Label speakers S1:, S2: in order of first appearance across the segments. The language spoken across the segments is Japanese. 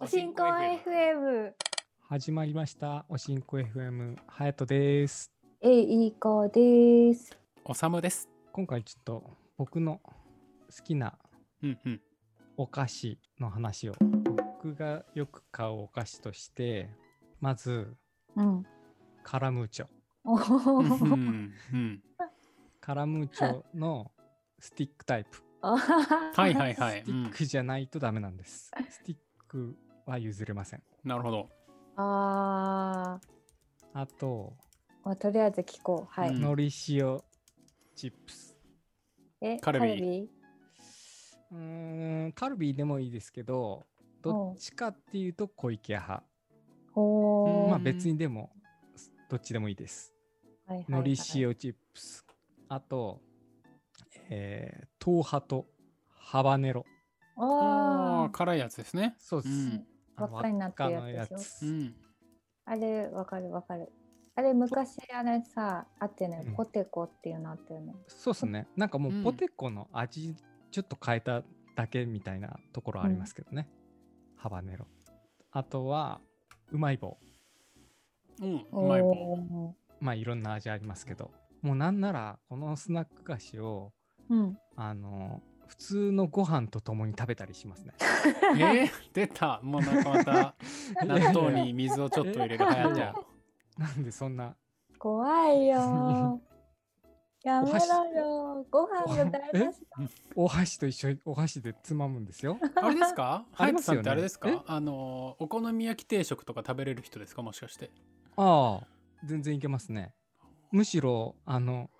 S1: おしんこ FM。
S2: 始まりました。おしんこ FM はやとです。
S1: えいい子です。
S3: おさむです。
S2: 今回ちょっと僕の好きな
S3: うん うん。
S2: お菓子の話を。僕がよく買うお菓子として、まず
S1: うん。
S2: カラムーチョ。
S1: お
S3: う
S1: お。
S3: んう。んうん
S2: カラムーチョのスティックタイプ。
S3: はいはいいはい
S2: ス。テ
S3: う
S2: ィ
S3: ん
S2: ックじゃないとダメなんです。スティックは譲れません。
S3: なるほど。
S1: あー
S2: あと、
S1: まあ、とりあえず聞こう。はい。
S3: うん
S2: のり塩チップス。
S1: え、
S3: カルビ
S2: うーん、カルビーでもいいですけど、どっちかっていうと小池派。
S1: お
S3: うん
S1: お
S2: まあ
S1: ー。
S2: 別にでも、どっちでもいいです。
S1: はいはいはい
S2: のり。塩チップス。あと、えー、豆ハとハバネロ。
S3: ああ
S1: あ
S3: ー、辛いやつですね。
S2: そうで
S3: う
S2: す。
S3: ん。
S2: あの
S1: 輪っかになってるやつ
S2: 輪っか
S3: う
S1: で
S2: のやつ
S3: ん。
S1: あ。あれ、わかるわかる。あれ、昔、あれさ、あってね
S2: うん、
S1: ポテコっていうのあったよね。
S2: そうですね。なんかも
S3: う
S2: うんポテコの味、ちょっと変えただけみたいなところありますけどね。ハバネロ。あとは、うまい棒。
S3: うん。うまい 棒。
S1: おお。
S2: まあいろんな味ありますけど。もうなんなら、このスナック菓子を、
S1: うん。
S2: あの、普通のご飯とともに食べたりしますね。
S3: えー、出た。もうなんかま た納豆に水をちょっと入れるはやちゃん。
S2: なんでそんな。
S1: 怖 いよー。やめろ
S2: お箸
S1: よー。ご飯が台無し。
S2: お箸と一緒にお箸でつまむんです よ。
S3: あれですか？
S2: あ
S3: は
S2: り
S3: や
S2: ま
S3: と
S2: す
S3: さん
S2: よね
S3: ってあれです
S2: え
S3: か？あのーお好み焼き定食とか食べれる人ですか？もしかして。。
S2: ああ、全然いけますね。むしろ、あの、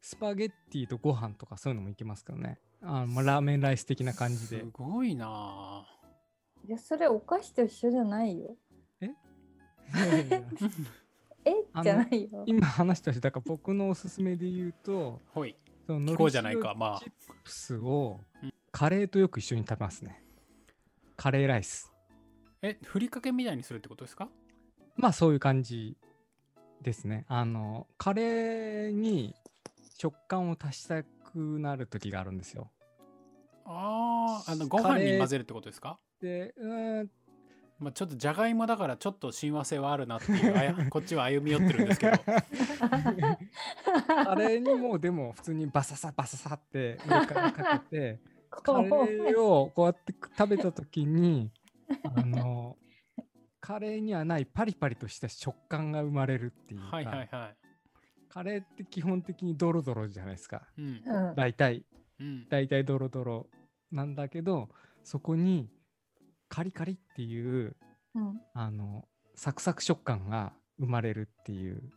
S2: スパゲッティとご飯とかそういうのもいけますからね。あまあ、ラーメンライス的な感じです
S3: ごいなあ。
S1: いや、それお菓子と一緒じゃないよ。
S3: うん
S1: え
S2: あの
S1: じゃないよ。
S2: 今話したし、だから僕のおすすめで言うと、
S3: ほい。
S2: その
S3: 聞こうじゃないかまあ
S2: チップスをカレーとよく一緒に食べますね。カレーライス。
S3: え、ふりかけみたいにするってことですか？
S2: まあそういう感じですね。あの、カレーに食感を足したくなる時があるんですよ。
S3: ああ、あのご
S2: カ
S3: 飯
S2: レー
S3: に混ぜるってことですか？
S2: で、うーん、
S3: まあ、ちょっとじゃがいもだからちょっと親和性はあるなっていうあ やこっちは歩み寄ってるんですけど
S2: カレーにもうでも普通にバササバササって上からかけて、カ レ
S1: 怖い
S2: ーをこうやって食べた時に、あの、カレーにはないパリパリとした食感が生まれるっていうか、
S3: はいはいは
S2: カレーって基本的にドロドロじゃないですか。
S3: いうん
S1: うん
S2: 大体。
S3: うん
S2: 大体ドロドロなんだけどそこにカリカリっていう
S1: うん
S2: あのサクサク食感が生まれるっていう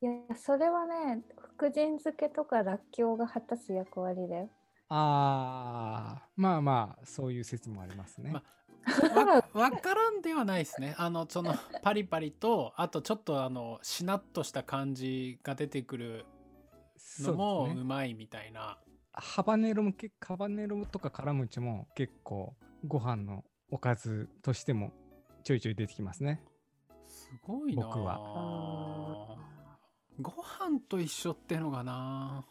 S1: いやそれはね福神漬けとからっきょうが果たす役割だよ。
S2: あーまあまあそういう説もありますね、
S3: まあわわからんではないですねあのそ のパリパリとあとちょっとあのしなっとした感じが出てくる
S2: そ
S3: のも
S2: うです
S3: う
S2: ね
S3: まいみたいな
S2: ハバネロも結ハバネロとかカラムーチョも結構ご飯のおかずとしてもちょいちょい出てきますね
S3: すごいなあ
S2: 僕は
S3: ご飯と一緒ってのがな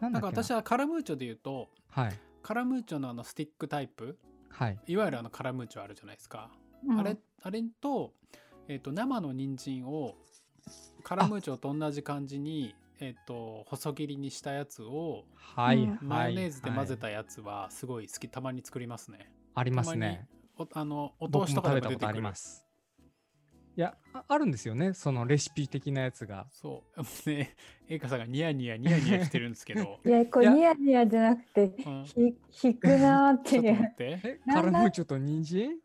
S2: なん
S3: な
S2: だ
S3: ん
S2: っ
S3: か
S2: け
S3: 私はカラムーチョで言うと
S2: はい
S3: カラムーチョのあのスティックタイプ
S2: はい
S3: いわゆるあのカラムーチョあるじゃないですかあれあれと,、えー、と生の人参をカラムーチョと同じ感じに、えー、と細切りにしたやつを
S2: はい、
S1: うん
S2: はい
S3: マヨネーズで混ぜ
S2: はい
S3: たやつはすごい好きたまに作りますね。
S2: ありますね
S3: おあのお
S2: 僕も
S3: 通しとか
S2: 食
S3: でも出
S2: べたこ
S3: て
S2: とあ
S3: く
S2: り
S3: る
S2: ます。いやあ、あるんですよね、そのレシピ的なやつが。
S3: そうもうねえいかさんがニヤニヤニヤニヤしてるんですけ ど
S1: いやこれ
S2: いや
S1: ニヤニヤじゃなくて
S3: うん
S1: ひ引くなーって
S3: ちょっと
S1: い
S3: 待
S1: う
S3: って
S2: え、
S1: な
S2: カ
S1: んだ
S2: ラムーチョと人参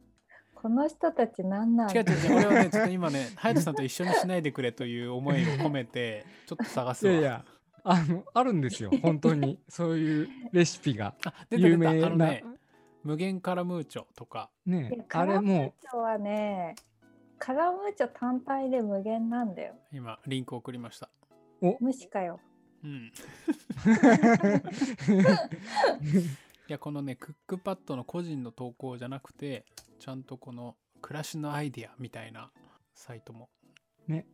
S1: この人たちなんなん
S3: 違う違う違う俺 はねちょっと今ね隼人さんと一緒にしないでくれという思いを込めてちょっと探
S2: い
S3: すわ
S2: やいや、あの、あるんですよ、本当に。そういうレシピが。
S3: あ出た
S2: 有
S3: 出た
S2: 名
S3: あの
S2: な
S3: ね。無限カラムーチョとか
S1: いや
S2: ね、
S1: カ
S2: あれ
S1: ラムー
S2: も
S1: チョはねカラムーチョ単体で無限なんだよ
S3: 今リンク送りました
S1: 無視かよ
S3: うん
S2: う。
S3: いやこのねクックパッドの個人の投稿じゃなくてちゃんとこの暮らしのアイディアみたいなサイトも
S2: ね、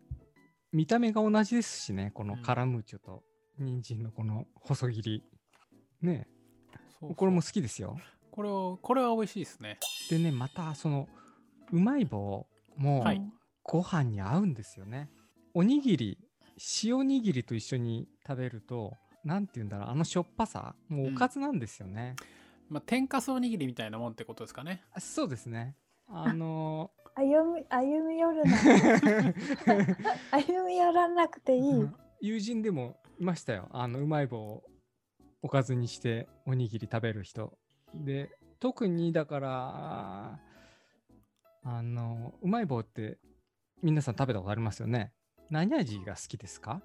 S2: 見た目が同じですしね、この
S3: うん
S2: カラムーチョと人参のこの細切り。ね、
S3: そうそう
S2: これも好きですよ。
S3: これはこれは美味しいですね
S2: でね、またそのうまい棒も
S3: はい
S2: ご飯に合うんですよね。おにぎり塩にぎりと一緒に食べるとなんて言うんだろうあのしょっぱさもうおかずなんですよね。
S3: まあ、天かすおにぎりみたいなもんってことですかね。
S2: あそうですね。あ の
S1: 歩み歩み寄るな歩み寄らなくていい、
S2: うん友人でもいましたよあのうまい棒をおかずにしておにぎり食べる人で特にだからあのうまい棒って皆さん食べたことありますよね何味が好きですか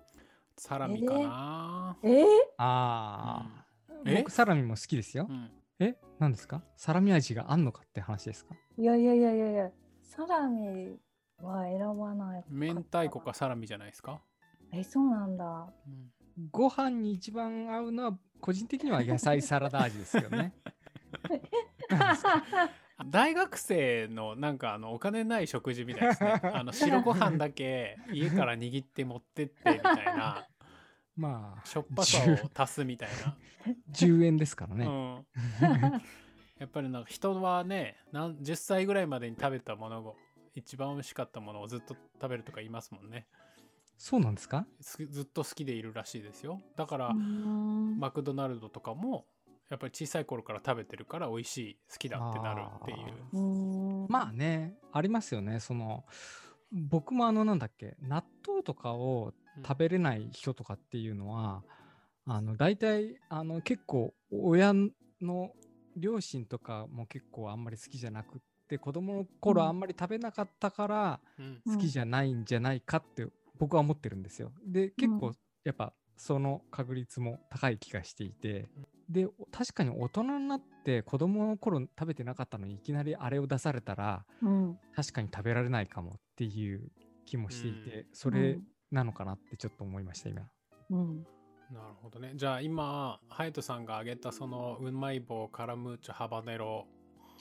S3: サラミかな、
S1: えー、
S2: あ
S3: うん
S2: ー、
S3: え
S2: 僕サラミも好きですよ、
S3: うん、
S2: え何ですかサラミ味があんのかって話ですか
S1: いやいやいやいやいやサラミは選ばない
S3: 明太子かサラミじゃないですか。
S1: えそうな んだ
S3: うん
S2: ご飯に一番合うのは個人的には野菜サラダ味です よね
S3: 大学生のなんかあのお金ない食事みたいですねあの白ご飯だけ家から握って持ってってみたいな
S2: まあ
S3: しょっぱさを足すみたい
S2: 10円ですから
S3: な、
S2: ね、
S3: うん、 やっぱりなんか人はねなん10歳ぐらいまでに食べたものを一番美味しかったものをずっと食べるとか言いますもんね
S2: そうなんですか
S3: すずっと好きでいるらしいですよだから、
S1: うーん
S3: マクドナルドとかもやっぱり小さい頃から食べてるから美味しい好きだってなるっていう
S1: うーん
S2: まあねありますよねその僕もあのなんだっけ納豆とかを食べれない人とかっていうのは、あの大体あの結構親の両親とかも結構あんまり好きじゃなくって子供の頃
S1: うん
S2: あんまり食べなかったから
S3: うん
S1: うん
S2: 好きじゃないんじゃないかって僕は思ってるんですよ。で結
S1: う
S2: 構やっぱその確率も高い気がしていてで確かに大人になって子供の頃食べてなかったのにいきなりあれを出されたら
S1: うん
S2: 確かに食べられないかもっていう気もしていて、
S3: う
S2: それなのかなってちょっと思いました今。
S1: うん
S3: なるほどねじゃあ今ハヤトさんが挙げたそのうまい棒カラムーチョハバネロ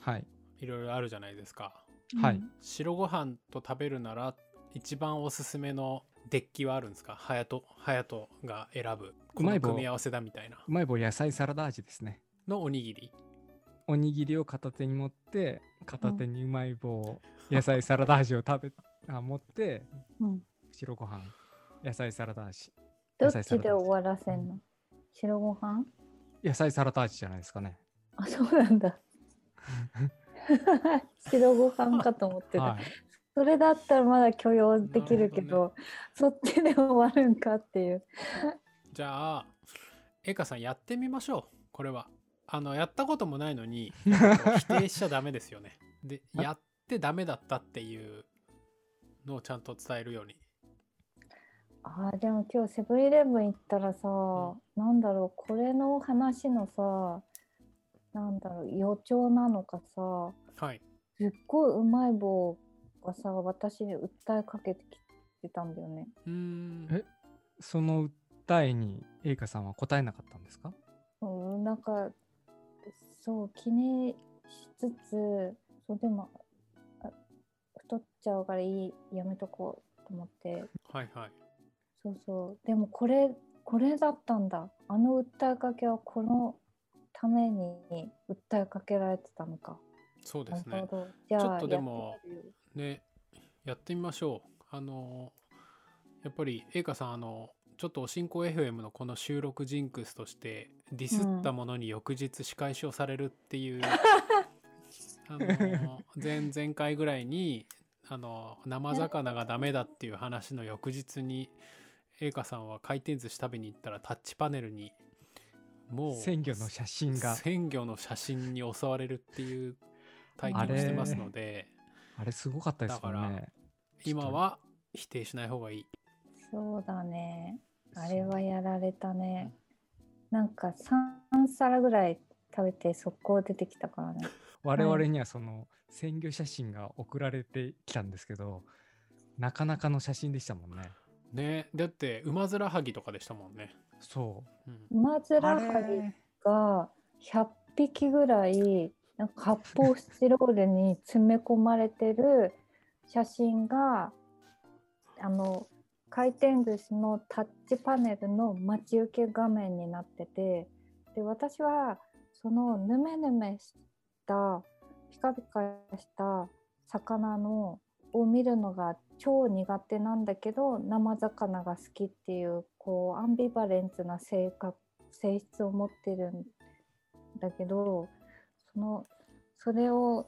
S2: はい、
S3: いろいろあるじゃないですか
S2: はい
S1: うん
S3: 白ご飯と食べるなら一番おすすめのデッキはあるんですかハヤトハヤトが選ぶこ
S2: うま
S3: の
S2: い棒
S3: 組み合わせだみたいな
S2: うまい棒野菜サラダ味ですね。
S3: のおにぎり
S2: おにぎりを片手に持って片手にうまい棒、野菜サラダ味を食べあ持って
S1: うん
S2: 白ご飯野菜サラダ味
S1: ど
S2: 野
S1: っ
S2: 菜サ
S1: ち
S2: ラダ
S1: で
S2: 味
S1: 終わらせんの白ご飯
S2: 野菜サラダ味じゃないですかね。
S1: あそうなんだ 白ご飯かと思ってた、
S2: はい、
S1: それだったらまだ許容できるけ
S3: なるほど
S1: どそっちで終わるんかっていう
S3: じゃあエカさんやってみましょうこれはあのやったこともないのにえっと 否定しちゃダメですよねで
S2: あ
S3: やってダメだったっていうのをちゃんと伝えるように
S1: あーでも今日セブンイレブン行ったらさ、なんだろうこれの話のさなんだろう予兆なのかさ
S3: はい
S1: すっごいうまい棒がさ私に訴えかけてきてたんだよね
S3: うーん
S2: えその訴えに栄華さんは答えなかったんですか
S1: うんなんかそう気にしつつそうでもあ太っちゃうからいいやめとこうと思って
S3: はいはい
S1: そうそうでもこれこれだったんだあの訴えかけはこのために訴えかけられてたのか、
S3: そうで
S1: な
S3: す
S1: るほ
S3: ね
S1: どじゃあ
S3: ちょっとでも
S1: やってみる
S3: ねやってみましょうあのやっぱりエイカさんあのちょっとお進行 FM のこの収録ジンクスとしてディスったものに翌日仕返しをされるっていう、あの前々回ぐらいにあの生魚がダメだっていう話の翌日にエイカさんは回転寿司食べに行ったらタッチパネルにもう
S2: 鮮魚の写真が
S3: 鮮魚の写真に襲われるっていう体験をしてますので。
S2: あれすごかったですよ
S3: だから
S2: ね。
S3: 今は否定しない方がいい。
S1: そうだねあれはやられたね
S3: そ
S1: なんか3皿ぐらい食べて速攻出てきたからね
S2: 我々にはその鮮魚写真が送られてきたんですけど、なかなかの写真でしたもんね。
S3: ねだって馬面はぎとかでしたもんね。
S2: そ
S3: うん
S1: 馬
S2: う。
S1: 面ハギが100匹ぐらいなんか発泡スチロールに詰め込まれてる写真があの回転寿司のタッチパネルの待ち受け画面になっててで私はそのヌメヌメしたピカピカした魚のを見るのが超苦手なんだけど生魚が好きっていうこうアンビバレンスな性格性質を持ってるんだけどそのそれを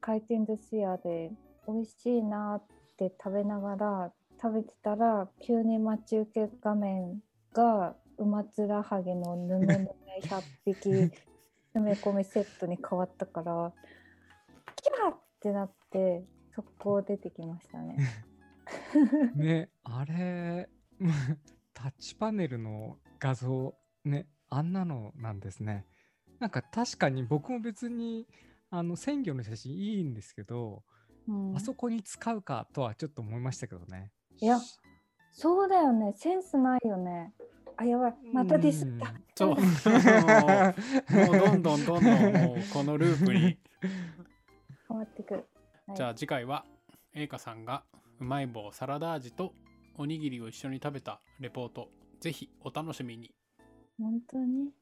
S1: 回転寿司屋で美味しいなって食べながら食べてたら急に待ち受け画面がウマツラハゲのぬめぬめ100匹 詰め込みセットに変わったからキャーってなって速攻出てきましたね。
S2: ね、あれ、 タッチパネルの画像、ね、あんなのなんですね。なんか確かに僕も別に、あの鮮魚の写真いいんですけど、
S1: うん
S2: あそこに使うかとはちょっと思いましたけどね。
S1: いやそうだよねセンスないよね。あやばいまたディスった。
S3: そうもうもうどんどんどんどんもうこのループに
S1: 変わってくる。はい
S3: じゃあ次回は栄華さんがうまい棒サラダ味とおにぎりを一緒に食べたレポートぜひお楽しみに
S1: 本当に